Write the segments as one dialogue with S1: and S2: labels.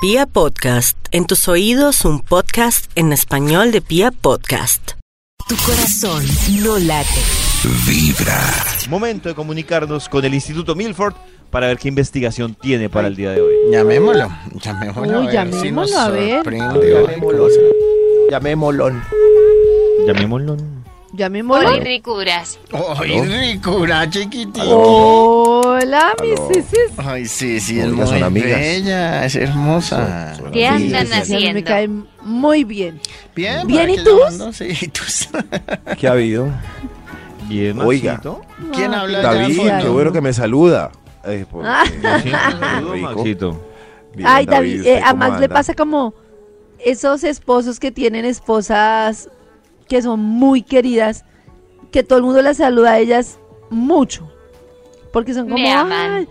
S1: Pia Podcast, en tus oídos un podcast en español de Pia Podcast.
S2: Tu corazón no late.
S3: Momento de comunicarnos con el Instituto Milford para ver qué investigación tiene para el día de hoy.
S4: Llamémoslo, llamémoslo.
S5: Uy,
S4: a ver si nos
S5: llamémoslo, a ver.
S4: sorprende hoy con los-
S6: Llamémoslo.
S3: Llamémoslo.
S5: Llamémoslo.
S7: Oli Ricuras.
S4: Ay, ricura,
S5: Oh.
S4: chiquitito.
S5: Hola, mis sisis.
S4: Ay, sí, sí, es
S6: Oiga,
S4: muy
S6: son amigas.
S4: bella, es hermosa.
S6: Son- son
S7: ¿Qué
S6: amigas.
S7: andan
S5: Ya Me
S7: haciendo?
S5: cae muy bien.
S4: Bien,
S5: Bien,
S4: ¿para
S5: ¿y
S4: qué
S5: tú?
S4: llamando? Sí, ¿y tú?
S6: ¿Qué ha habido?
S3: Bien,
S6: Oiga.
S3: Maxito.
S4: ¿Quién
S5: Ah,
S4: habla
S5: claro.
S4: allá al
S6: David,
S4: fondo?
S6: qué bueno que me saluda. Eh, porque-
S5: Ah.
S3: Yo siempre saludo,
S6: Rico.
S3: Maxito.
S6: Bien,
S5: Ay, David,
S6: ¿usted
S5: eh, a
S6: cómo
S5: Max le
S6: anda?
S5: pasa como esos esposos que tienen esposas que son muy queridas, que todo el mundo las saluda a ellas mucho. Porque son
S7: Me
S5: como.
S7: aman.
S5: "Ay",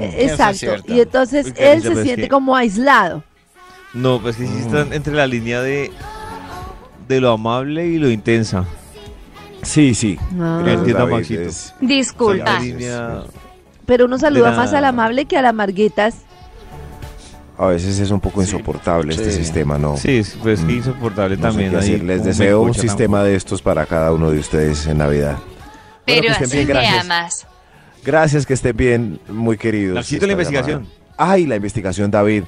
S5: eh,
S4: Eso es
S5: Exacto.
S4: cierto.
S5: y entonces
S3: Uy, qué
S5: él
S3: risa,
S5: se
S3: pero es
S5: siente
S3: que-
S5: como aislado.
S3: No, pues que
S6: Mm.
S3: sí están entre la línea de, de lo amable y lo intensa.
S6: Sí, sí.
S5: Ah.
S6: Gracias,
S3: Entiendo a
S6: David,
S3: Maxito.
S6: es-
S7: Disculpa.
S3: La línea-
S5: Pero uno saluda
S3: la-
S5: más al amable que a la amarguetas.
S6: a veces es un poco insoportable este
S4: Sí.
S6: sistema, ¿no?
S3: Sí, es- pues que insoportable
S6: Mm. No sé
S3: también.
S6: qué
S3: ahí,
S6: hacer. Les
S3: como me
S6: deseo un
S3: escucha tan
S6: sistema de estos para cada uno de ustedes en Navidad. Bueno, que
S7: Pero
S6: estén
S7: así
S6: bien,
S7: me
S6: gracias.
S7: amas.
S6: Gracias, que estén bien, muy queridos.
S3: Maxito,
S6: Esta
S3: la investigación.
S6: llamada. Ay, la investigación, David.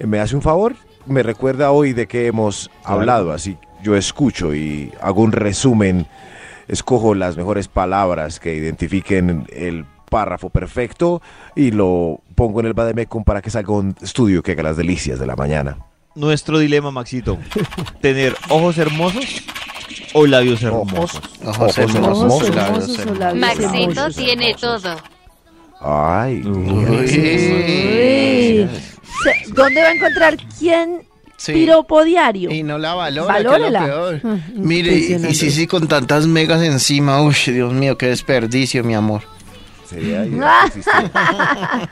S6: Eh, ¿Me hace un favor? Me recuerda hoy de qué hemos
S3: Claro.
S6: hablado, así yo escucho y hago un resumen. Escojo las mejores palabras que identifiquen el párrafo perfecto y lo pongo en el Bademecum para que salga un estudio que haga las delicias de la mañana.
S3: Nuestro dilema, Maxito. ¿Tener ojos hermosos o labios hermosos?
S4: Ojos
S5: Ojos
S4: hermosos, labios
S5: hermosos,
S4: hermosos.
S5: labios
S7: Maxito
S6: hermosos,
S7: tiene
S6: hermosos.
S7: todo.
S6: Ay,
S3: Uy.
S4: Sí,
S5: Uy. Se- ¿Dónde va a encontrar quién
S4: sí.
S5: piropo diario?
S4: Y no la valora, que
S5: Valórela.
S4: es lo peor.
S5: Ah,
S4: Mire, y,
S5: impresionante.
S4: y sí, sí, con tantas megas encima, uy, Dios mío, qué desperdicio, mi amor.
S6: Sería ideal que existiera.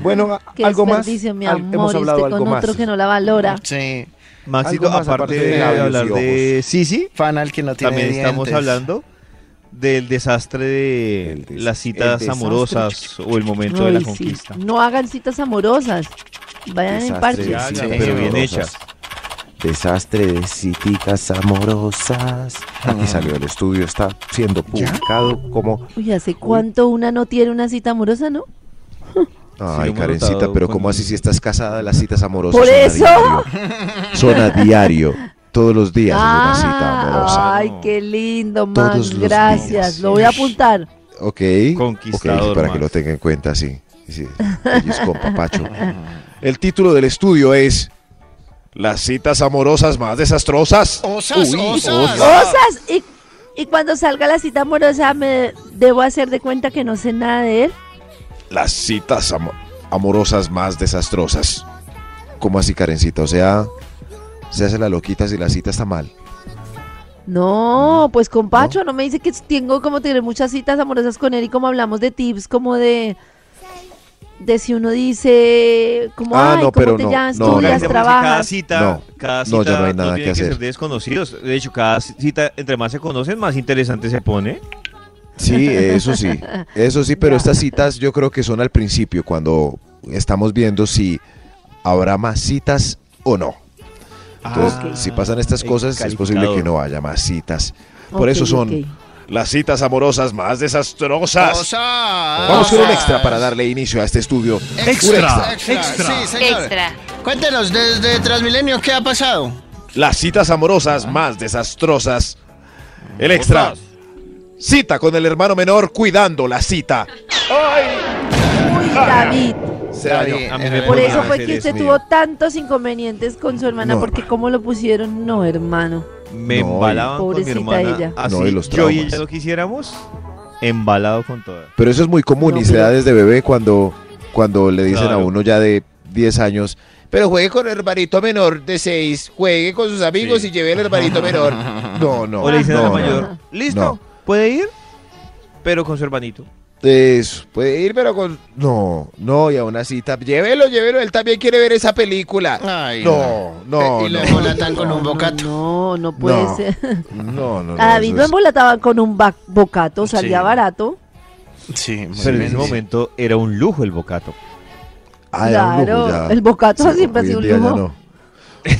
S6: Bueno, a-
S5: Qué
S6: algo más.
S5: desperdicio, mi
S6: Al-
S5: amor,
S6: hemos
S5: y usted
S6: hablado algo
S5: con
S6: más.
S5: otro que no la valora.
S4: Sí,
S3: Maxito,
S6: Algo más aparte
S3: aparte de,
S6: de labios y
S3: hablar de Sisi,
S4: fanal que no tiene
S3: también estamos
S4: dientes.
S3: hablando del desastre de
S6: El des-
S3: las
S6: el
S3: citas
S6: desastre.
S3: amorosas o el momento de
S5: Ay,
S3: la
S5: sí.
S3: conquista.
S5: No hagan citas amorosas. Vayan
S6: Desastre
S5: en
S6: de
S5: parques.
S3: Sí,
S6: citas
S3: pero bien
S6: amorosas. Desastre de citas amorosas.
S3: Ah.
S6: Aquí salió el estudio, está siendo publicado como.
S5: Uy, ¿hace cuánto una no tiene una cita amorosa, no?
S3: lo
S6: Ay,
S3: hemos
S6: Karencita,
S3: notado
S6: pero
S3: con-
S6: ¿cómo así si estás casada? Las citas amorosas.
S5: ¡Por
S6: son a
S5: eso!
S6: diario. Son a diario. Todos los días hay una cita amorosa.
S3: ah.
S5: ay, qué lindo,
S6: Todos
S5: Max.
S6: los
S5: Gracias.
S6: días.
S5: Lo voy a apuntar.
S6: Ok.
S3: Conquistador,
S6: ok, para
S3: Max.
S6: que lo tenga en cuenta, sí. sí, ellos con papacho. El título del estudio es. Las citas amorosas más desastrosas.
S4: Osas,
S6: Uy,
S4: osas.
S5: ¡Cosas! Y, y cuando salga la cita amorosa, ¿me debo hacer de cuenta que no sé nada de él?
S6: las citas am- amorosas más desastrosas. ¿Cómo así, Karencita? O sea, se hace la loquita si la cita está mal.
S5: No,
S6: Mm.
S5: pues con Pacho, ¿no? me dice que tengo como tener muchas citas amorosas con él y como hablamos de tips, como de de si uno dice como
S6: Ah,
S5: ay,
S6: no,
S5: ¿cómo
S6: pero
S5: te
S6: no,
S5: llamas?
S6: no,
S3: Porque
S5: estudias,
S3: digamos que Cada
S5: trabajas.
S3: cita,
S6: No,
S3: cada cita
S6: no, ya no hay nada que
S3: tiene que,
S6: hacer.
S3: ser de desconocidos. De hecho, cada cita, entre más se conocen, más interesante se pone.
S6: Sí, eso sí. Eso sí, pero
S5: Ya.
S6: estas citas yo creo que son al principio, cuando estamos viendo si habrá más citas o no. Entonces,
S3: Ah,
S6: si pasan estas
S3: el
S6: cosas, es posible que
S3: calificador.
S6: no haya más citas. Por eso
S5: Ok,
S6: son
S5: ok.
S6: las citas amorosas más desastrosas.
S4: Osas.
S6: Vamos con un extra para darle inicio a este estudio. Un
S4: Extra, extra, Sí, señor.
S7: Extra.
S4: Cuéntenos, desde Transmilenio, ¿qué ha pasado?
S6: Las citas amorosas más desastrosas. El extra. Cita con el hermano menor cuidando la cita.
S5: Uy, David,
S6: Se
S4: Está
S6: dañó.
S4: bien,
S3: A mí
S4: es
S3: me
S4: verdad.
S5: por
S3: no
S5: eso
S3: puede
S5: fue
S3: ser
S5: que
S3: eso,
S5: usted
S6: mío.
S5: tuvo tantos inconvenientes con su hermana,
S6: No,
S5: porque
S6: hermano.
S5: cómo lo pusieron, no, hermano.
S3: Me
S6: No, y-
S3: embalaban con mi
S5: Pobrecita
S3: hermana.
S5: ella.
S3: Así
S6: No, y los
S3: yo y
S6: traumas.
S3: ella lo quisiéramos, embalado con todo.
S6: Pero eso es muy común
S5: No,
S6: y se
S5: pero-
S6: da desde bebé cuando, cuando le dicen a
S3: Claro.
S6: uno ya de 10 años.
S8: Pero juegue con el hermanito menor de 6, juegue con sus amigos
S3: Sí.
S8: y lleve al hermanito menor.
S6: No, no.
S3: o le dicen a
S6: no,
S3: la
S6: no,
S3: mayor,
S6: no.
S3: listo,
S6: No.
S3: puede ir, pero con su hermanito.
S6: Eso, puede ir, pero con. No, no, y a una cita.
S8: Llévelo, llévelo, él también quiere ver esa película.
S5: Ah.
S4: Ay,
S6: No, no,
S4: y
S6: no.
S4: lo
S6: No,
S4: embolatan con un bocato.
S5: No, no, no puede
S6: No.
S5: ser.
S6: no, no.
S5: A David
S6: eso
S5: lo
S6: es-
S5: embolataban con un ba- bocato, salía
S4: Sí.
S5: barato.
S4: Sí, muy
S3: pero en
S4: bien.
S3: ese momento era un lujo el bocato.
S7: Ah, era un lujo,
S5: Claro,
S7: ya.
S5: el bocato siempre ha
S7: hoy
S5: sido
S7: en
S5: un
S7: día ya
S5: lujo.
S7: no.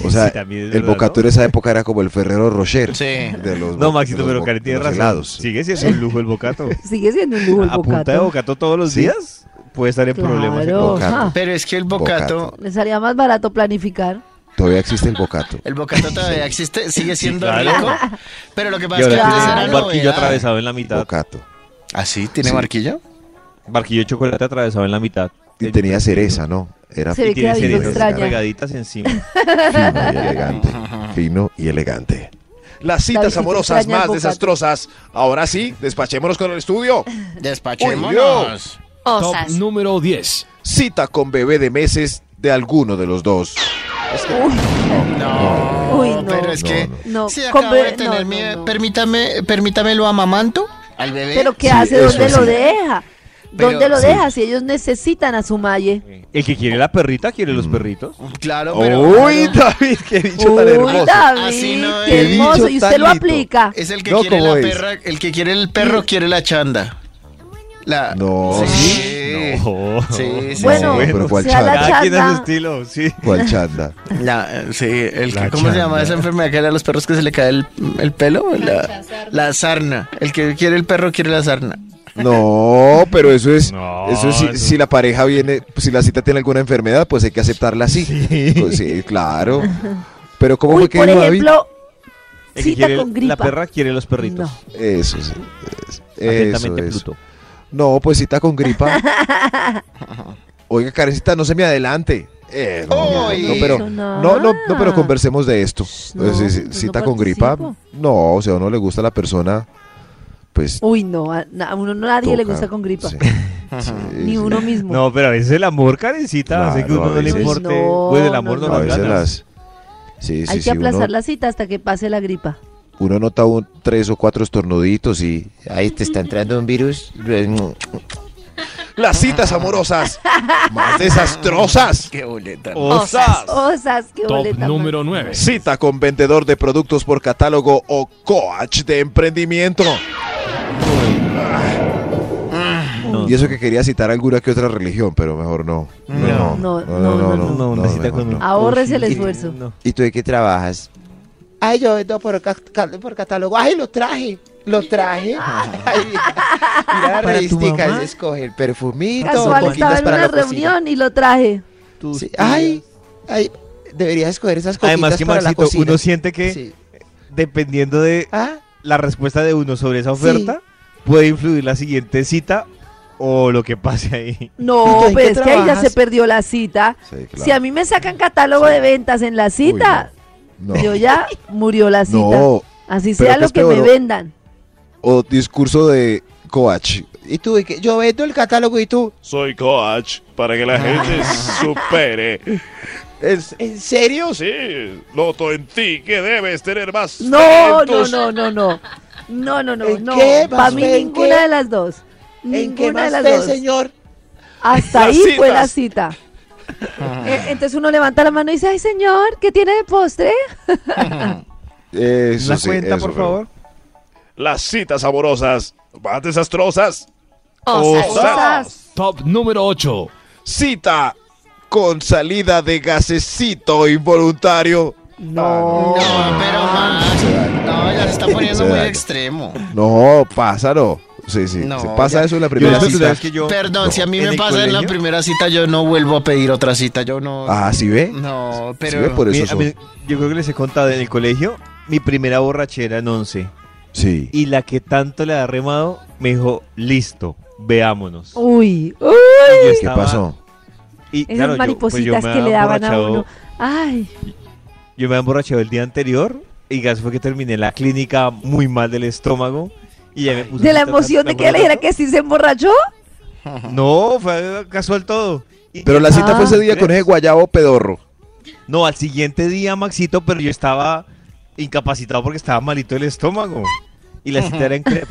S7: O sea,
S3: Sí, también es
S7: el
S3: verdad,
S7: bocato
S3: ¿no?
S7: en esa época era como el Ferrero Rocher.
S4: Sí.
S7: De los,
S3: No,
S7: de
S3: Maxito,
S7: los
S3: pero
S7: bo-
S3: Karen tiene
S7: de los
S3: razón.
S7: helados.
S3: Sigue siendo un lujo el bocato.
S5: Sigue siendo un lujo el
S3: a punta de
S5: bocato.
S3: bocato todos los
S7: Sí.
S3: días puede estar en problemas.
S5: Claro.
S7: Bocato.
S5: ajá.
S4: Pero es que el bocato,
S7: Bocato.
S5: Les haría más barato planificar.
S7: Todavía existe el bocato.
S4: el bocato todavía existe, sigue siendo
S3: claro.
S4: rico. Pero lo que
S3: Y
S4: pasa es que
S3: ahora
S5: Claro.
S4: antes
S3: tiene
S4: era
S3: un barquillo
S4: novedad.
S3: atravesado en la mitad.
S7: Bocato.
S4: ¿Ah, sí? ¿Tiene
S7: Sí.
S4: barquillo?
S3: Barquillo de chocolate atravesado en la mitad.
S7: Y tenía cereza, ¿no? Era
S5: Se ve
S3: Y
S5: que
S3: tiene
S5: David lo
S3: cerezas
S5: extraña.
S3: pegaditas encima.
S7: fino y elegante. Fino y elegante.
S5: David,
S9: Las citas
S5: ¿te
S9: amorosas
S5: extraña el
S9: más
S5: bocata?
S9: desastrosas. Ahora sí, despachémonos con el estudio.
S4: Despachémonos.
S2: Osas.
S10: número 10.
S9: Cita con bebé de meses de alguno de los dos.
S4: No,
S5: Uy, no.
S4: pero es que...
S7: No, no.
S5: No,
S4: Si
S5: con
S4: acabo
S5: be-
S4: de tener
S5: no,
S4: mi-
S5: no, no.
S4: Permítame, permítame lo amamanto al bebé.
S5: Pero ¿qué
S7: Sí,
S5: hace?
S7: eso
S5: ¿Dónde
S7: sí.
S5: lo deja?
S4: Pero-
S5: ¿Dónde lo
S7: sí.
S5: deja? Si ellos necesitan a su malle.
S3: El que quiere la perrita, quiere los perritos.
S4: Claro, pero...
S7: ¡Uy, David! ¡Qué dicho tan hermoso!
S5: David,
S4: Así no
S5: qué
S4: es.
S5: hermoso. Y
S7: Dicho
S5: usted lo
S7: tan lindo.
S5: aplica.
S4: Es el que
S7: No,
S4: quiere
S7: ¿cómo
S4: la
S7: es?
S4: perra, el que quiere el perro quiere la chanda. La
S7: No,
S4: sí.
S3: No.
S4: Sí, sí,
S5: Bueno,
S7: sí, pero ¿cuál
S5: sea la
S7: charla?
S3: Cada quien a su
S5: chanda.
S3: estilo, sí.
S7: ¿Cuál chanda?
S4: La, sí, el,
S7: La
S4: ¿cómo se llama
S7: chanda.
S4: esa enfermedad que era los perros que se le cae el, el pelo? La, la sarna. El que quiere el perro quiere la sarna.
S7: No, pero eso es,
S3: No,
S7: eso es si,
S3: eso-
S7: si la pareja viene, si la cita tiene alguna enfermedad, pues hay que aceptarla así. Pues sí, claro. Pero ¿cómo
S5: Uy,
S7: fue que
S5: por
S7: dijo David?
S5: ejemplo,
S3: El que
S5: cita
S3: quiere
S5: con gripa.
S3: la perra, quiere los perritos.
S5: No.
S7: Eso, sí, es- eso,
S3: Atentamente,
S7: eso.
S3: Pluto.
S7: No, pues cita con gripa. Oiga, Karencita, no se me adelante. Eh, no, no,
S4: Ay.
S7: no, pero,
S5: Eso
S7: no,
S5: no.
S7: no, no, pero conversemos de esto.
S5: no,
S7: Eh, sí, sí,
S5: yo no
S7: cita con gripa.
S5: participo.
S7: No, o sea, a uno le gusta a la persona, pues.
S5: Uy, no, a, na- a uno nadie le
S7: toca,
S5: gusta con gripa.
S7: sí,
S5: Ni
S7: sí.
S5: uno mismo.
S3: No, pero a veces el amor, Karencita, hace que
S7: Claro,
S3: uno
S7: a
S3: no le
S7: veces.
S3: importe.
S5: No,
S3: pues el amor no,
S5: no,
S7: a
S3: da
S7: veces
S3: ganas.
S7: las. Sí, sí,
S5: Hay
S7: sí,
S5: que aplazar
S7: uno-
S5: la cita hasta que pase la gripa.
S7: uno nota un, tres o cuatro estornuditos y
S11: Ahí te está entrando un virus.
S9: Las citas amorosas más desastrosas.
S4: Qué boleta.
S3: ¡Osas!
S5: Osas, Oh, qué boleta.
S10: 9.
S9: Cita con vendedor de productos por catálogo o coach de emprendimiento.
S3: No,
S7: y eso que quería citar alguna que otra religión, pero mejor no. No,
S5: No, no, no, no.
S3: no, una cita
S7: mejor
S3: con
S7: no.
S3: un-
S5: Ahorres
S3: Sí,
S5: el
S3: sí,
S5: esfuerzo.
S3: no.
S7: ¿Y tú de qué trabajas?
S11: Ay, yo vendo por, ca- ca- por catálogo. Ay, lo traje. Lo traje.
S7: Ah.
S11: Ay, mira, mira las
S3: Para tu
S11: revisticas.
S3: mamá.
S11: Escoge el perfumito.
S5: Casual, estaba
S11: coquitas
S5: en
S11: para
S5: una
S11: la cocina.
S5: reunión y lo traje.
S3: Tus
S11: Sí,
S3: tías.
S11: Ay, ay, deberías escoger esas coquitas
S3: Además que
S11: para la
S3: Maxito,
S11: cocina.
S3: uno siente que
S11: Sí.
S3: dependiendo de
S11: Ah,
S3: la respuesta de uno sobre esa oferta, puede influir la siguiente cita o lo que pase ahí.
S5: No,
S11: ¿Y tú en
S5: pero
S11: qué
S5: es que ahí ya
S11: trabajas?
S5: se perdió la cita.
S7: Sí, claro.
S5: Si a mí me sacan catálogo de ventas en la cita,
S7: no.
S5: yo ya murió la cita.
S7: No,
S5: Así
S7: pero
S5: sea
S7: ¿qué
S5: lo
S7: es
S5: que
S7: peor?
S5: me vendan.
S7: o discurso de coach.
S11: y tú, ¿y qué? yo vendo el catálogo y tú,
S9: Soy coach para
S7: Ah.
S9: que la gente supere. Es,
S11: ¿en serio?
S9: sí, noto en ti que debes tener más.
S5: No, no, no, no, no. No, no, no,
S11: ¿En
S5: no.
S11: qué,
S5: Para
S11: más
S5: mí
S11: fe, en
S5: ninguna
S11: qué?
S5: de las dos.
S11: ¿En qué
S5: Ninguna de
S11: más
S5: las
S11: fe,
S5: dos.
S11: señor?
S5: Hasta
S9: Las
S5: ahí fue la
S9: citas.
S5: cita.
S3: Ah.
S5: Eh, Entonces uno levanta la mano y dice, ay señor, ¿qué tiene de postre?
S7: Eso
S3: ¿La
S7: sí,
S3: cuenta,
S7: eso,
S3: por
S7: pero-
S3: favor?
S9: Las citas amorosas más desastrosas.
S5: Osas.
S10: Top número 8.
S9: Cita con salida de gasecito involuntario.
S5: No.
S4: No, Oh, pero más. No, ya se está poniendo
S7: Se
S4: muy
S7: daña.
S4: extremo.
S7: No, pásalo. Sí, sí.
S4: No,
S7: se pasa
S4: ya-
S7: eso en la
S3: Yo
S7: primera
S3: la primera
S7: cita.
S3: vez que yo-
S4: Perdón, si a mí
S3: ¿En
S4: me
S3: el
S4: pasa en la
S3: colegio?
S4: primera cita, yo no vuelvo a pedir otra cita. Yo no.
S7: Ah, ¿sí ve?
S4: No,
S7: ¿Sí ve?
S4: Mm, pero.
S7: Por eso
S3: Mira, a mí-
S7: son-
S3: yo creo que les he contado en el colegio mi primera borrachera en 11
S7: Sí.
S3: y la que tanto le ha remado me dijo, listo, veámonos.
S5: Uy,
S3: Y
S5: uy.
S3: yo
S7: ¿Qué
S3: estaba-
S7: pasó?
S3: Y,
S5: Esas
S3: claro, yo- pues yo
S5: maripositas
S3: me
S5: que le
S3: había
S5: daban a
S3: emborrachado-
S5: uno. Ay,
S3: Yo me había emborrachado el día anterior y gas fue que terminé en la clínica muy mal del estómago. Y ya me puso
S5: de la
S3: tanta-
S5: emoción de
S3: me
S5: que le
S3: acuerdo
S5: dijera que sí se emborrachó.
S3: tanto. No, fue casual todo. Y-
S7: Pero la cita
S5: Ah.
S7: fue ese día con ese guayabo pedorro.
S3: No, al siguiente día, Maxito, pero yo estaba incapacitado porque estaba malito el estómago. Y la cita era en crepes.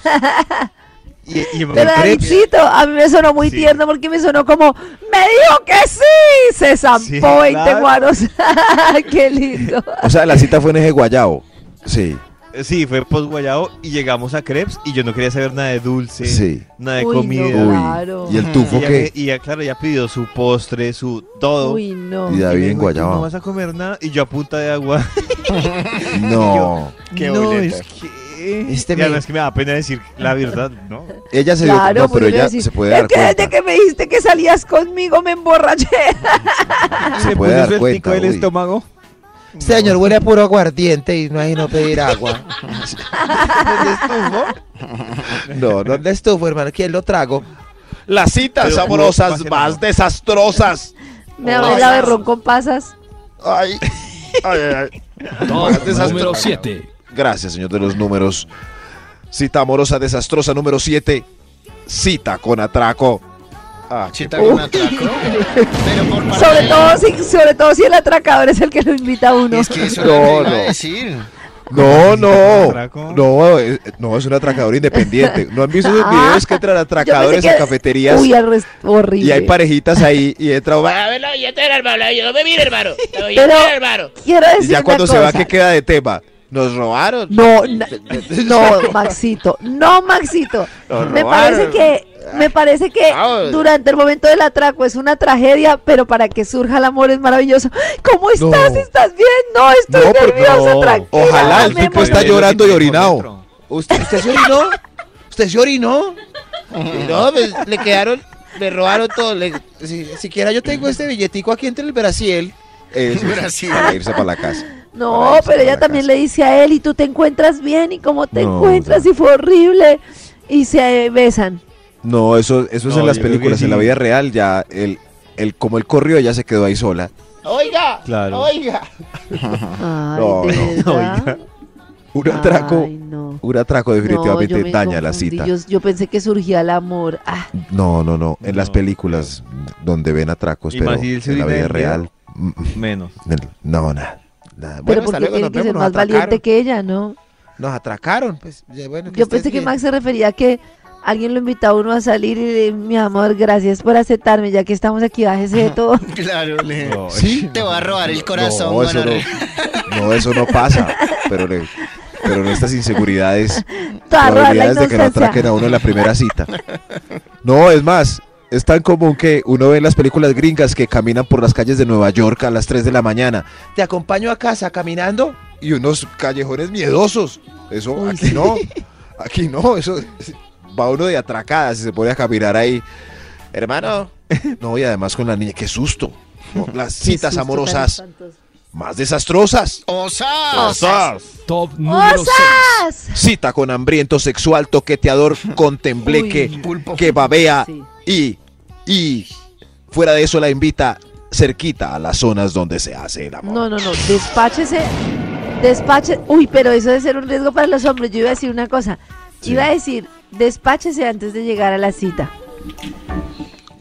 S3: Y, y me
S5: Pero Davidcito, a mí me sonó muy
S3: Sí.
S5: tierno porque me sonó como, me dijo que sí, se zampó
S3: Sí,
S5: 20
S3: claro.
S5: guaros. Qué lindo.
S7: O sea, la cita fue en ese guayabo. Sí.
S3: Sí, fue post guayabo y llegamos a crepes y yo no quería saber nada de dulce,
S7: Sí.
S3: nada de
S5: Uy, no,
S3: comida.
S7: Uy.
S5: claro.
S7: ¿Y el tufo
S3: Y, ya,
S7: qué?
S3: y ya, claro, ya pidió su postre, su todo.
S5: Uy, no.
S7: Y
S3: Y me
S7: David en
S3: dijo, "¿Y tú No
S7: Guayaba.
S3: vas a comer nada. Y yo a punta de agua.
S7: No.
S4: Qué
S3: no,
S4: boleta.
S3: es que.
S4: Este
S3: Y además
S4: me-
S3: es que me da pena decir la verdad, ¿no?
S7: Ella se dio
S5: Claro,
S7: cuenta,
S5: pues
S7: pero
S5: yo le
S7: ella
S5: decía,
S7: se puede
S5: "Es
S7: dar
S5: que
S7: cuenta.
S5: desde que me dijiste que salías conmigo me emborraché.
S3: Y
S7: Se
S3: le
S7: puede
S3: puse
S7: dar
S3: su estico
S7: cuenta.
S3: del
S7: uy.
S3: estómago.
S8: Señor, huele a puro aguardiente y no hay no pedir agua.
S3: ¿Dónde estuvo?
S2: Ah,
S7: No, no.
S8: ¿Dónde estuvo, hermano? ¿Quién lo trago?
S7: Las citas
S3: Pero-
S7: amorosas más desastrosas.
S5: Me hablé la berrón con pasas.
S7: Ay. Ay, ay, ay.
S12: Top
S7: Más desastroso.
S12: número 7.
S7: Gracias, señor de los números. Cita amorosa desastrosa número 7. Cita con atraco. Ah, qué
S4: Chita con atraco. Pero por parte
S5: Sobre
S4: de-
S5: todo, si, sobre todo si el atracador es el que lo invita a uno.
S4: Es que eso no,
S7: No, no.
S4: decir.
S7: No, no.
S3: atraco?
S7: No, es, no, es un atracador independiente. ¿No han visto esos videos que entran atracadores
S5: Ah, Yo pensé
S7: a
S5: que-
S7: cafeterías?
S5: Uy, al res- horrible.
S7: Y hay parejitas ahí y entra "Ah, vela",
S5: Pero quiero
S7: y
S5: decir
S7: ya cuando
S5: una
S7: se va
S5: cosa.
S7: que queda de tema. Nos robaron.
S5: No, na- no, Maxito, no, Maxito.
S7: Lo
S5: Me
S7: robaron.
S5: parece que, me parece que
S7: Ah.
S5: durante el momento del atraco es una tragedia, pero para que surja el amor es maravilloso. ¿Cómo estás? ¿Estás bien? No, estoy
S7: No, pero
S5: nerviosa,
S7: no.
S5: tranquila.
S7: Ojalá el
S5: dame
S7: tipo
S5: amor.
S7: está llorando y orinado.
S8: ¿Usted, usted se orinó? ¿Usted se orinó? Y No, pues, le quedaron, me robaron todo. le- si, siquiera yo tengo este billetico aquí entre el Brasil.
S7: Eso,
S4: Brasil.
S7: para irse para la casa.
S5: No,
S7: Para irse
S5: pero
S7: para
S5: ella
S7: la
S5: también
S7: casa.
S5: le dice a él, ¿y tú te encuentras bien? ¿Y cómo te
S7: No,
S5: encuentras? Y fue horrible. Y se eh, besan.
S7: No, eso, eso es
S3: No,
S7: en las
S3: yo creo que
S7: películas. En la
S3: sí.
S7: vida real ya, el, el, como el corrió, ella se quedó ahí sola.
S8: Oiga,
S3: Claro.
S8: oiga.
S5: Ay,
S7: No,
S5: de
S7: no,
S5: verdad.
S7: Un atraco,
S5: Ay, no.
S7: un atraco definitivamente
S5: No, yo me
S7: daña la
S5: confundí.
S7: cita.
S5: Yo, yo pensé que surgía el amor. Ah,
S7: No, no, no. En las
S3: No.
S7: películas donde ven atracos,
S3: Y
S7: Pues, pero
S3: más si él se
S7: en la
S3: orina
S7: vida
S3: de miedo.
S7: real. mm, mm,
S3: Menos.
S7: No, nada. nada.
S5: pero
S7: Bueno,
S8: hasta
S5: porque
S8: luego,
S5: tiene
S8: nos
S5: que ser
S8: vemos, nos
S5: más valiente
S8: atracaron.
S5: que ella, ¿no?
S8: Nos atracaron. Pues, ya, bueno,
S5: Yo
S8: estés
S5: pensé que
S8: bien.
S5: Max se refería a que alguien lo invita a uno a salir y le, mi amor, gracias por aceptarme, ya que estamos aquí, bájese de todo.
S4: Claro, le-
S3: No,
S4: Te va a robar el corazón,
S7: No, eso
S4: gonorrea.
S7: no, no, eso no pasa. Pero, le- pero en estas inseguridades,
S5: Te va a robar la
S7: probabilidades de que lo atraquen
S5: inocencia.
S7: a uno en la primera cita. No, es más, es tan común que uno ve en las películas gringas que caminan por las calles de Nueva York a las 3 de la mañana
S8: Te acompaño a casa caminando.
S7: y unos callejones miedosos. Eso
S5: Uy,
S7: aquí
S5: sí.
S7: no, aquí no, eso va uno de atracada si se pone a caminar ahí. Hermano, no, y además con la niña, qué susto. No, Las
S5: Qué susto
S7: citas
S5: tan
S7: amorosas
S5: espantoso.
S7: más desastrosas.
S4: ¡Osas!
S12: Top número 6.
S5: ¡Osas!
S7: Cita con hambriento sexual, toqueteador, contembleque,
S5: Uy.
S4: Pulpo.
S7: que babea
S5: Sí.
S7: y, y fuera de eso la invita cerquita a las zonas donde se hace el amor.
S5: No, no, no, despáchese, despache, uy, pero eso debe ser un riesgo para los hombres. Yo iba a decir una cosa,
S7: Sí.
S5: iba a decir, despáchese antes de llegar a la cita.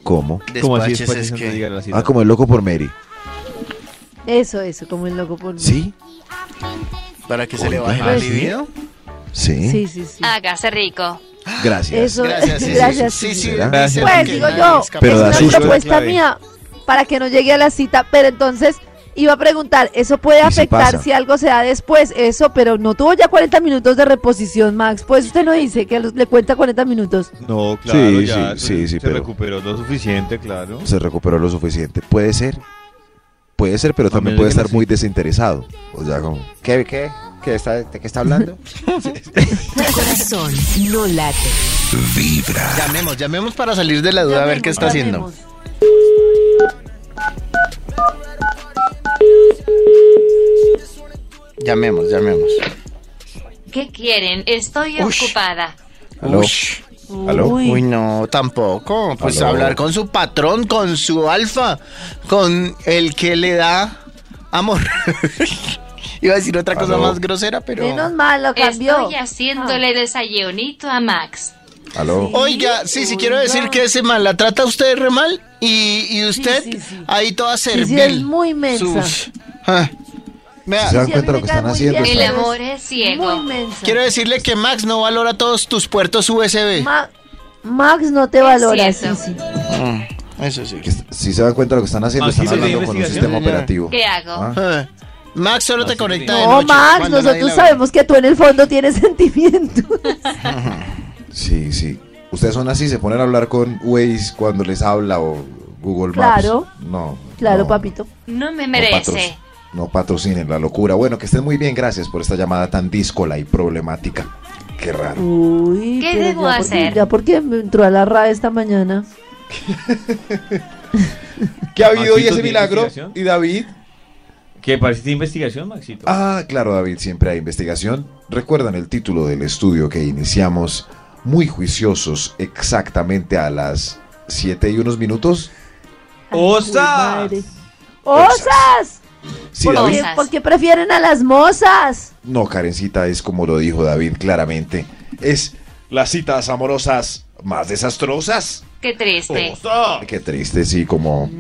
S7: ¿Cómo?
S3: Como así
S4: Despaches
S3: despaches
S4: es
S3: no
S4: que-
S3: diga la cita.
S7: Ah, como el loco por Mary.
S5: Eso, eso, como el loco por mí.
S7: Sí,
S4: Para que se le
S7: Oiga,
S4: baje el
S5: ¿sí?
S4: libido.
S7: sí.
S5: sí, sí. sí.
S2: Hágase rico.
S7: Gracias.
S5: Eso,
S4: Gracias, sí,
S5: gracias.
S4: sí, sí,
S7: ¿Será?
S4: gracias,
S5: Pues
S4: que
S5: digo
S4: nadie
S5: yo,
S4: escapa.
S7: Pero da
S5: es
S7: susto.
S5: una propuesta mía para que no llegue a la cita, pero entonces iba a preguntar, ¿eso puede
S7: ¿Y si
S5: afectar
S7: pasa?
S5: si algo se da después? Eso, pero no tuvo ya 40 minutos de reposición, Max. Pues usted no dice que los- le cuenta 40 minutos.
S3: No, claro,
S7: Sí,
S3: ya.
S7: sí,
S3: se-
S7: sí, sí,
S3: se
S7: pero-
S3: recuperó lo suficiente, claro.
S7: se recuperó lo suficiente. Puede ser, puede ser, pero
S3: A
S7: también
S3: menos
S7: puede
S3: que no
S7: estar
S3: sea.
S7: muy desinteresado. O sea, como,
S8: ¿Qué, qué? ¿Qué está, ¿De qué está hablando?
S2: Tu corazón no late.
S4: Llamemos, llamemos para salir de la duda a ver qué está haciendo. Llamemos, llamemos.
S2: ¿Qué quieren? Estoy
S4: Ush.
S2: ocupada.
S7: Aló.
S4: Ush.
S7: ¿Aló?
S5: Uy,
S4: Uy, no, tampoco. Pues
S7: Aló.
S4: hablar con su patrón, con su alfa, con el que le da amor. Iba a decir otra cosa
S7: Aló.
S4: más grosera, pero.
S5: Menos mal, lo cambió.
S2: Estoy haciéndole desayunito a Max.
S7: aló.
S4: Oiga, sí, sí, quiero
S5: Oiga.
S4: decir que ese mal la trata usted re mal y, y usted
S5: sí, sí.
S4: ahí toda
S5: sí,
S4: servil.
S5: es muy mensa.
S4: Sus- ah. Vea,
S7: ¿Se dan
S5: Sí, a mí
S7: cuenta
S5: me
S7: lo que
S5: cae
S7: están
S5: muy
S7: haciendo?
S5: bien.
S2: El
S5: Estás-
S2: amor es
S5: Muy
S2: ciego.
S5: mensa.
S4: Quiero decirle que Max no valora todos tus puertos USB.
S5: Ma- Max no te valora, sí,
S2: cierto.
S5: sí.
S4: Mm, Eso sí.
S7: Si se dan cuenta lo que están haciendo,
S3: Maxito,
S7: están
S3: ¿tiene
S7: hablando con un
S3: investigación?
S7: sistema
S4: Señor.
S7: operativo.
S2: ¿Qué hago?
S7: Ah,
S4: Ah, Max solo te conecta de
S5: No,
S4: noche,
S5: Max,
S4: cuando nadie
S5: nosotros
S4: la ve.
S5: sabemos que tú en el fondo tienes sentimientos.
S7: Sí, sí. Ustedes son así, se ponen a hablar con Waze cuando les habla o Google Maps.
S5: Claro.
S7: No.
S5: Claro,
S7: no,
S5: papito.
S2: No me
S7: no
S2: merece.
S7: patroc- No patrocinen la locura. Bueno, que estén muy bien. Gracias por esta llamada tan díscola y problemática. Qué raro.
S5: Uy,
S2: ¿Qué
S5: pero
S2: debo
S5: ya porque-
S2: hacer?
S5: ya porque me entró a la RAE esta mañana.
S7: ¿Qué ha habido hoy
S3: Maxito,
S7: ese
S3: ¿tiene
S7: milagro?
S3: investigación?
S7: ¿Y David?
S3: ¿Qué pareciste investigación, Maxito?
S7: Ah, claro, David, siempre hay investigación. Recuerdan el título del estudio que iniciamos muy juiciosos exactamente a las 7 y unos minutos.
S3: ¡Osa!
S5: Ay, ¡Osas!
S7: Sí,
S5: ¿Por,
S7: David.
S5: qué, por qué prefieren a las mozas?
S7: No, Karencita, es como lo dijo David claramente. Es las citas amorosas más desastrosas.
S2: Qué triste.
S7: Oh, Qué triste, sí, como,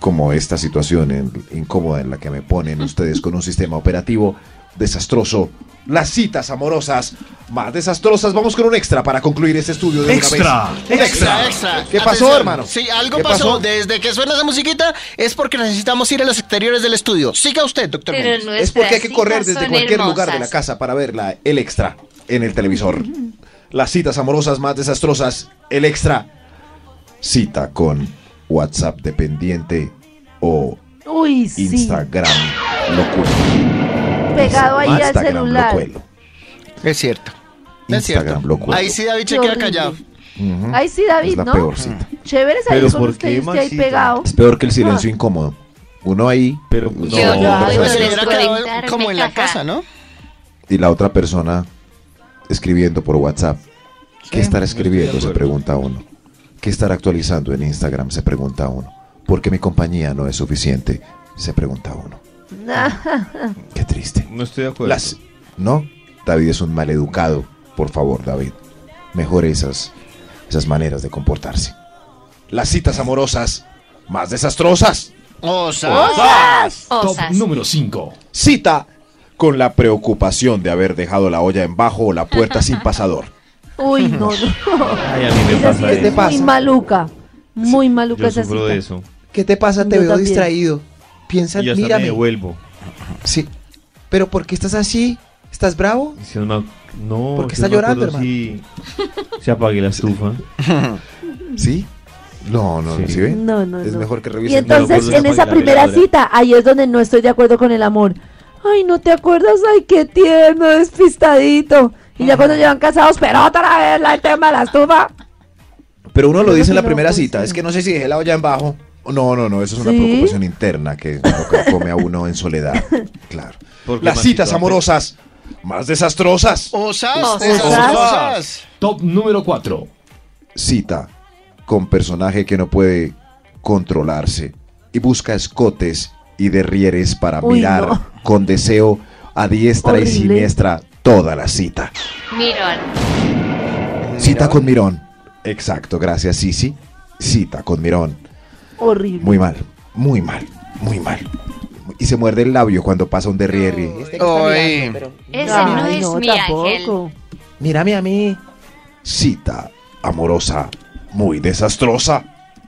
S7: como esta situación en- incómoda en la que me ponen ustedes con un sistema operativo desastroso. Las citas amorosas más desastrosas. Vamos con un extra para concluir este estudio de una
S12: Extra,
S7: vez. Un
S4: Extra, extra.
S7: ¿Qué pasó,
S4: Atención.
S7: hermano?
S4: Sí, algo
S7: ¿Qué
S4: pasó? Desde que suena esa musiquita es porque necesitamos ir a los exteriores del estudio. Siga usted, doctor.
S2: Pero
S4: Méndez.
S2: nuestras
S7: Es porque hay que correr
S2: citas
S7: desde
S2: son
S7: cualquier lugar de la
S2: hermosas.
S7: casa para ver la- el extra en el televisor. Las citas amorosas más desastrosas, el extra. Cita con WhatsApp dependiente o
S5: Uy, sí.
S7: Instagram locura.
S5: Pegado ahí al
S7: Instagram
S5: celular.
S7: locuelo.
S4: Es cierto. Es
S7: Instagram
S4: cierto.
S7: locuelo.
S4: Ahí sí David
S5: Qué
S4: se queda
S5: horrible.
S4: callado.
S7: Ujú.
S5: Ahí sí,
S7: es
S5: David,
S7: la
S5: ¿no?
S7: peor cita.
S5: Chévere salir
S3: Pero
S5: con
S3: ¿por
S5: usted
S3: qué,
S5: y usted ahí
S3: Maxito?
S5: pegado.
S7: Es peor que el silencio incómodo. Uno ahí
S3: Pero
S7: No,
S2: Yo
S7: no,
S2: no
S7: no,
S2: puedo
S7: no,
S4: Se le hubiera quedado
S2: desconectarme,
S4: como en la
S2: jaja.
S4: casa, ¿no?
S7: y la otra persona escribiendo por WhatsApp. ¿Qué estará escribiendo? Se
S3: acuerdo.
S7: pregunta uno. ¿Qué estará actualizando en Instagram? Se pregunta uno. ¿Por qué mi compañía no es suficiente? Se pregunta uno. Qué triste.
S3: No estoy de acuerdo.
S7: Las... No, David es un maleducado. Por favor, David. Mejore esas, esas maneras de comportarse. Las citas amorosas más desastrosas.
S4: O sea,
S5: ¡Osas!
S12: Top
S2: Osas.
S12: número 5.
S7: Cita con la preocupación de haber dejado la olla en bajo o la puerta sin pasador.
S5: Uy, no, no.
S3: Ay, a mí me
S5: Esa sí
S3: pasa
S5: es
S3: eso.
S5: muy maluca. Muy maluca
S3: Yo
S5: esa
S3: sufro de
S5: cita.
S3: eso.
S8: ¿Qué te pasa?
S5: Yo
S8: te veo
S5: también.
S8: distraído. Piensa,
S3: Y hasta me
S8: mírame.
S3: devuelvo.
S8: Sí. Pero ¿por qué estás así? ¿Estás bravo?
S3: Y si no, me ac- no,
S8: ¿Por qué
S3: si no
S8: está
S3: me
S8: llorando,
S3: acuerdo Si, si apagué la estufa.
S7: ¿Sí? No, no,
S3: Sí.
S7: ¿sí ve?
S5: No, no,
S7: Es
S5: no.
S7: mejor que
S5: Y
S7: revisen.
S5: entonces
S3: no,
S5: en
S3: no,
S5: esa
S3: la
S5: primera
S3: veladora.
S5: cita, ahí es donde no estoy de acuerdo con el amor. Ay, no te acuerdas, ay, qué tierno, despistadito. Y ya cuando llevan casados, pero otra vez la- el tema de la estufa.
S7: Pero uno lo
S5: Creo
S7: dice
S5: que
S7: en la
S5: no,
S7: primera
S5: pues,
S7: cita,
S5: sí.
S7: es que no sé si dejé la olla en bajo. No, no, no, eso es una
S5: ¿Sí?
S7: preocupación interna que lo come a uno en soledad. Claro.
S3: Porque
S7: Las
S3: Maxito
S7: citas
S3: ape-
S7: amorosas más desastrosas.
S4: osas,
S2: Osas.
S4: osas,
S5: Osas.
S4: osas.
S12: Top número 4.
S7: Cita con personaje que no puede controlarse y busca escotes y derrieres para
S5: Uy,
S7: mirar
S5: no.
S7: con deseo a diestra
S5: Horrible.
S7: y siniestra toda la cita.
S2: Mirón.
S7: Cita con Mirón. Exacto, gracias, Sisi. Cita con Mirón.
S5: Horrible.
S7: Muy mal, muy mal, muy mal. Y se muerde el labio cuando pasa un derriere.
S4: Oye,
S2: Ese
S5: Ay,
S2: no es mi ángel.
S5: Ah, tampoco.
S8: Mírame a mí.
S7: Cita amorosa, muy desastrosa. Ah.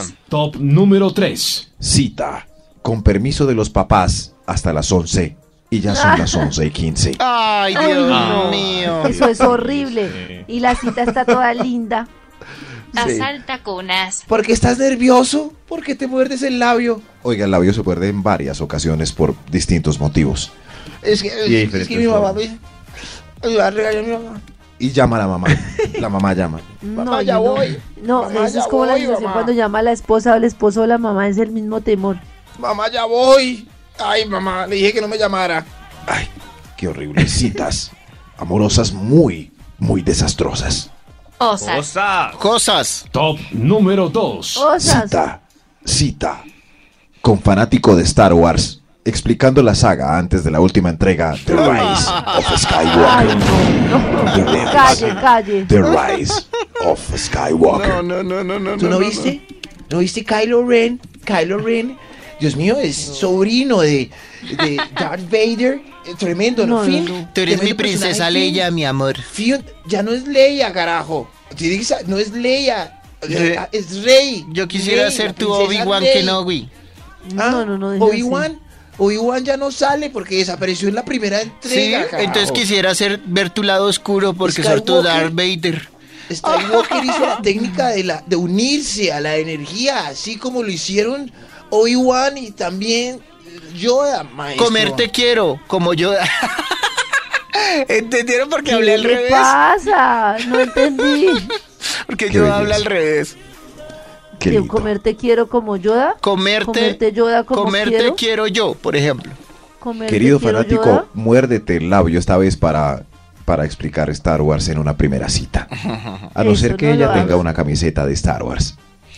S2: Osas.
S12: Top número 3.
S7: Cita con permiso de los papás hasta las 11. Y ya son las 11 y 15.
S4: Ay, Dios
S3: no.
S4: mío.
S5: Eso es horrible. Y la cita está toda linda.
S2: Asalta cunas.
S8: ¿Por qué estás nervioso? ¿Por qué te muerdes el labio?
S7: Oiga, el labio se muerde en varias ocasiones por distintos motivos.
S8: Es que,
S3: Y hay
S8: es, que
S3: diferentes
S8: mi mamá me...
S3: formas.
S8: me va a regañar mi mamá.
S7: Y llama a la mamá. La mamá llama.
S5: No,
S8: Mamá, ya
S5: yo no.
S8: voy.
S5: No,
S8: Mamá,
S5: eso
S8: ya
S5: es como la
S8: voy,
S5: sensación
S8: mamá.
S5: cuando llama a la esposa o el esposo o la mamá, es el mismo temor.
S8: Mamá, ya voy. Ay, mamá, le dije que no me llamara.
S7: Ay, qué horribles citas. Amorosas muy, muy desastrosas.
S2: Osas.
S4: Cosas.
S12: Top número 2.
S5: Osas.
S7: Cita, cita. Con fanático de Star Wars, explicando la saga antes de la última entrega, The Rise of
S5: Ay,
S7: Skywalker.
S5: no, no.
S7: The Rise.
S5: Calle, calle.
S7: The Rise of Skywalker.
S4: no, no, no, no.
S8: ¿Tú no, viste? ¿No viste Kylo Ren? Kylo Ren, Dios mío, es sobrino de, de Darth Vader. Eh, Tremendo, ¿no?
S5: No, no,
S8: Finn,
S5: no.
S4: Tú eres mi
S8: tremendo
S4: princesa
S8: personaje,
S4: Leia, mi amor.
S8: Finn. Finn, ya no es Leia, carajo. Te digo, No es Leia.
S4: Eh,
S8: Es Rey.
S4: Yo quisiera
S8: Rey,
S4: ser
S8: la
S4: tu
S8: princesa
S4: Obi-Wan
S8: Rey.
S4: Kenobi.
S8: Ah,
S5: No, no, no. déjalo así.
S8: Obi-Wan. Obi-Wan ya no sale porque desapareció en la primera
S4: Sí,
S8: entrega. carajo.
S4: entonces quisiera hacer, ver tu lado oscuro porque soy tu Darth
S8: Skywalker.
S4: Vader.
S8: Skywalker hizo la técnica de, la, de unirse a la energía, así como lo hicieron Obi-Wan y también Yoda, maestro.
S4: Comerte quiero, como yo. ¿Entendieron por qué hablé al
S5: le
S4: revés?
S5: pasa? No entendí.
S4: Porque
S7: Qué
S4: yo
S7: belleza.
S4: hablo al revés.
S7: Qué
S5: Yo
S7: lindo.
S5: comerte quiero como Yoda.
S4: Comerte,
S5: Comerte Yoda como
S4: comerte
S5: quiero.
S4: yo, por ejemplo.
S5: Comerte
S7: Querido
S5: quiero
S7: fanático,
S5: Yoda.
S7: muérdete el labio esta vez para, para explicar Star Wars en una primera cita. A no
S5: Eso
S7: ser que
S5: no
S7: ella
S5: lo
S7: tenga
S5: hagas.
S7: una camiseta de Star Wars.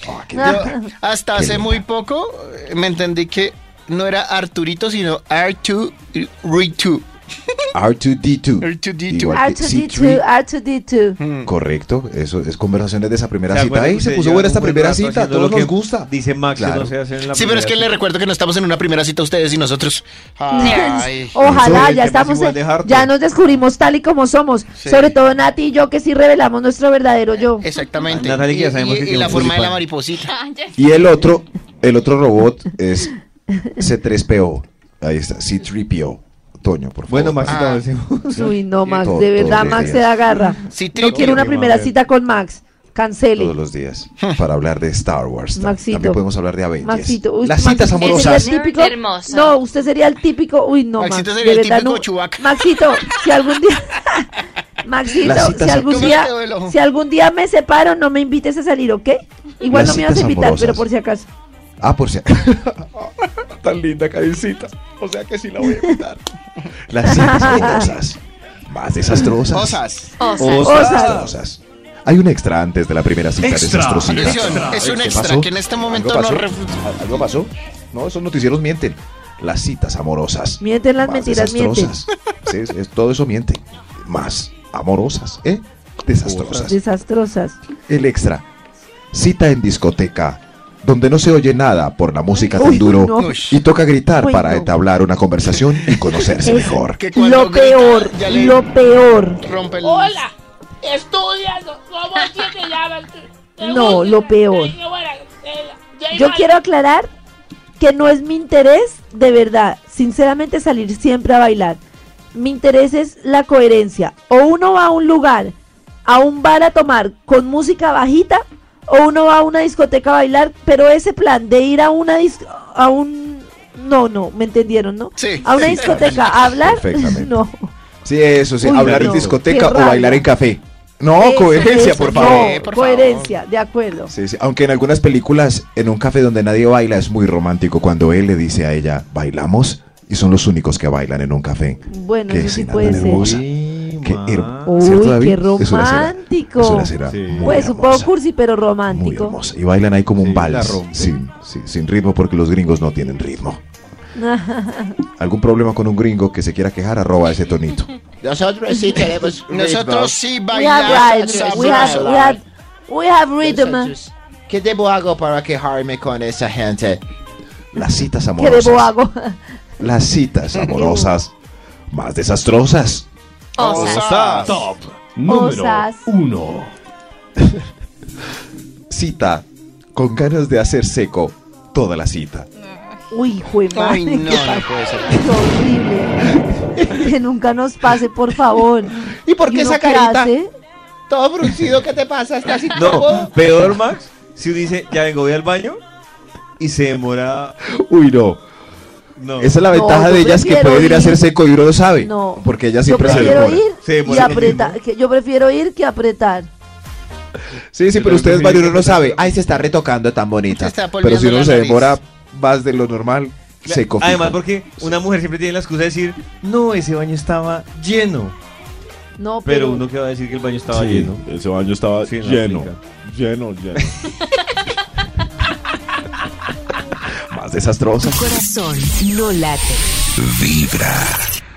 S7: Ah, qué
S5: Ah.
S7: lindo.
S4: Hasta
S7: Qué
S4: hace
S7: linda.
S4: muy poco eh, me entendí que no era Arturito, sino R2 R2.
S7: R2D2.
S4: R2D2.
S7: Igual que
S5: R2D2,
S7: C3.
S5: R2D2
S7: Correcto, eso es conversaciones de esa primera
S3: ¿Se
S7: cita.
S3: acuerdan
S7: Ahí
S3: que
S7: se
S3: usted
S7: puso
S3: lleva
S7: buena esta
S3: un buen
S7: primera
S3: rato
S7: cita, a
S3: haciendo
S7: todos
S3: lo que
S7: nos gusta.
S3: Dice Max, que
S7: Claro.
S3: no se hace en la
S4: Ah, Sí, pero es que le
S3: primera
S4: recuerdo que no estamos en una primera cita ustedes y nosotros. Ay.
S5: Oh.
S3: Eso
S5: Ojalá,
S3: es
S5: ya
S3: que más
S5: estamos,
S3: igual de harto.
S5: ya nos descubrimos tal y como somos. Sobre todo Nati y yo, que sí revelamos nuestro verdadero yo.
S4: Exactamente.
S3: Natalia, que ya
S4: Y-
S3: sabemos
S4: y-
S3: que
S4: y
S3: tiene
S4: la
S3: un
S4: forma de la
S3: tulipán.
S4: mariposita.
S7: Y el otro, el otro robot es C3PO. Ahí está, C3PO. Toño, por favor.
S3: Bueno, Maxito,
S4: Ah.
S3: decimos.
S5: Uy, no, Max,
S7: Todo-
S5: de verdad,
S7: todos los
S5: Max se
S7: días.
S5: agarra.
S4: Sí,
S5: No quiero una
S3: Qué
S5: primera
S3: madre.
S5: cita con Max.
S7: todos
S5: Cancele.
S7: los días para hablar de Star Wars. Tam-
S5: Maxito.
S7: También podemos hablar de Avengers.
S5: Maxito, uy,
S7: Las
S5: Max,
S7: citas
S5: usted sería
S7: amorosas.
S5: el típico-
S2: Hermosa.
S5: No, usted sería el típico. Uy, no, Max.
S4: Maxito sería
S5: de
S4: el
S5: verdad,
S4: típico
S5: no.
S4: Chewbacca.
S5: Maxito, si algún día.
S7: Las
S5: Maxito,
S7: citas-
S5: si algún
S4: ¿Cómo
S5: día,
S4: le quedó el ojo?
S5: si algún día me separo, no me invites a salir, ¿ok? Igual
S7: Las
S5: no me vas a
S7: citas
S5: invitar,
S7: amorosas.
S5: pero por si acaso.
S7: Ah, por si Tan linda cabecita. O sea que sí la voy a invitar. Las citas amorosas. Más desastrosas.
S4: Cosas.
S2: Osas.
S7: Desastrosas. Hay un extra antes de la primera cita
S12: Extra.
S7: desastrosita.
S4: Atención, es un
S7: ¿Qué
S4: extra
S7: pasó?
S4: que en este momento
S7: ¿Algo pasó?
S4: no ref-
S7: ¿Algo pasó? No, esos noticieros mienten. Las citas amorosas.
S5: Mienten las
S7: más
S5: mentiras, mienten.
S7: desastrosas. Sí, es- es- todo eso miente. Más amorosas, ¿eh? Desastrosas.
S5: Desastrosas.
S7: El extra. Cita en discoteca, donde no se oye nada por la música tan
S5: Uy,
S7: duro
S5: no.
S7: y toca gritar
S5: Uy,
S7: para
S5: no.
S7: entablar una conversación y conocerse
S5: Es-
S7: mejor.
S4: que cuando
S5: Lo
S4: grita,
S5: peor,
S4: ya le
S5: lo peor.
S4: rompe el-
S9: Hola, estudias, ¿cómo es que te llamas?
S5: No, lo peor. Yo quiero aclarar que no es mi interés, de verdad, sinceramente salir siempre a bailar. Mi interés es la coherencia. O uno va a un lugar, a un bar a tomar con música bajita, o uno va a una discoteca a bailar, pero ese plan de ir a una dis- a un no, no, me entendieron, ¿no?
S4: Sí.
S5: A una discoteca a hablar,
S7: Perfectamente.
S5: no.
S7: Sí, eso sí,
S5: Uy,
S7: hablar
S5: no,
S7: en discoteca
S5: qué
S7: o bailar
S5: rabia.
S7: en café. No,
S5: Eso,
S7: Oh, coherencia,
S5: eso,
S7: por
S5: no,
S7: favor.
S4: por favor.
S5: coherencia, de acuerdo.
S7: Sí, sí, Aunque en algunas películas, en un café donde nadie baila, es muy romántico cuando él le dice a ella, bailamos, y son los únicos que bailan en un café.
S5: Bueno,
S7: Qué
S5: eso sí
S7: escena
S5: puede
S7: tan
S5: ser.
S7: hermosa. Qué her-
S5: Uy,
S7: ¿cierto, David?
S5: qué
S7: Es una escena-
S5: romántico.
S7: es una escena
S3: Sí.
S7: muy
S5: Pues un poco
S7: hermosa,
S5: cursi, pero
S7: Muy
S5: romántico.
S7: hermosa. Y bailan ahí como
S3: Sí,
S7: un
S3: la
S7: vals,
S3: rompe.
S7: sin, sin- sin ritmo, porque los gringos no tienen ritmo. ¿Algún problema con un gringo que se quiera quejar? Arroba ese tonito.
S8: Nosotros sí tenemos
S4: Nosotros sí
S5: We have
S4: bailamos.
S5: rhythm.
S8: sabroso.
S5: We have, we have, we have rhythm. eh,
S8: Nosotros- ¿Qué debo hago para quejarme con esa gente?
S7: Las citas
S5: ¿Qué
S7: amorosas.
S5: debo hago?
S7: Las citas amorosas más desastrosas.
S2: Osas.
S12: Top número
S5: Osas.
S12: uno.
S7: Cita con ganas de hacer seco toda la cita.
S5: Uy, hijo de
S4: Ay,
S5: madre,
S4: no,
S5: qué
S4: no puede ser.
S5: horrible. Que nunca nos pase, por favor.
S8: ¿Y por qué
S5: uno
S8: esa
S5: qué
S8: carita?
S5: hace?
S8: Todo fruncido, ¿qué te pasa? ¿Estás incómodo?
S3: No, peor, Max, si uno dice, ya vengo, voy al baño y se demora.
S7: Uy, no.
S3: No.
S7: Esa es la
S5: No,
S7: ventaja
S5: yo
S7: de ellas que
S5: prefiero
S7: pueden ir a
S5: ir.
S7: hacer seco y uno lo sabe.
S5: No.
S7: Porque ellas
S5: Yo
S7: siempre se
S5: prefiero
S7: demoran.
S5: ir
S3: Se demora
S5: y
S3: lo
S5: apretar.
S3: mismo.
S5: que Yo prefiero ir que apretar.
S7: Sí,
S3: Yo
S7: sí, pero
S3: también
S7: ustedes van y
S3: prefiero
S7: uno
S3: ir
S7: no
S3: a hacer
S7: sabe.
S3: seco.
S7: Ay, se está retocando tan
S4: Se
S7: bonita.
S4: está
S7: Pero si
S4: polviando
S7: uno
S4: la
S7: se
S4: nariz.
S7: demora más de lo normal, seco. fijo.
S3: Además, porque una mujer siempre tiene la excusa de decir, no, ese baño estaba lleno.
S5: No, pero,
S3: Pero uno que va a decir que el baño estaba
S13: Sí,
S3: lleno.
S13: Ese baño estaba
S3: Sí, no
S13: lleno,
S3: aplica.
S13: lleno, lleno.
S7: Más desastrosa.
S1: Corazón no late.
S6: Vibra.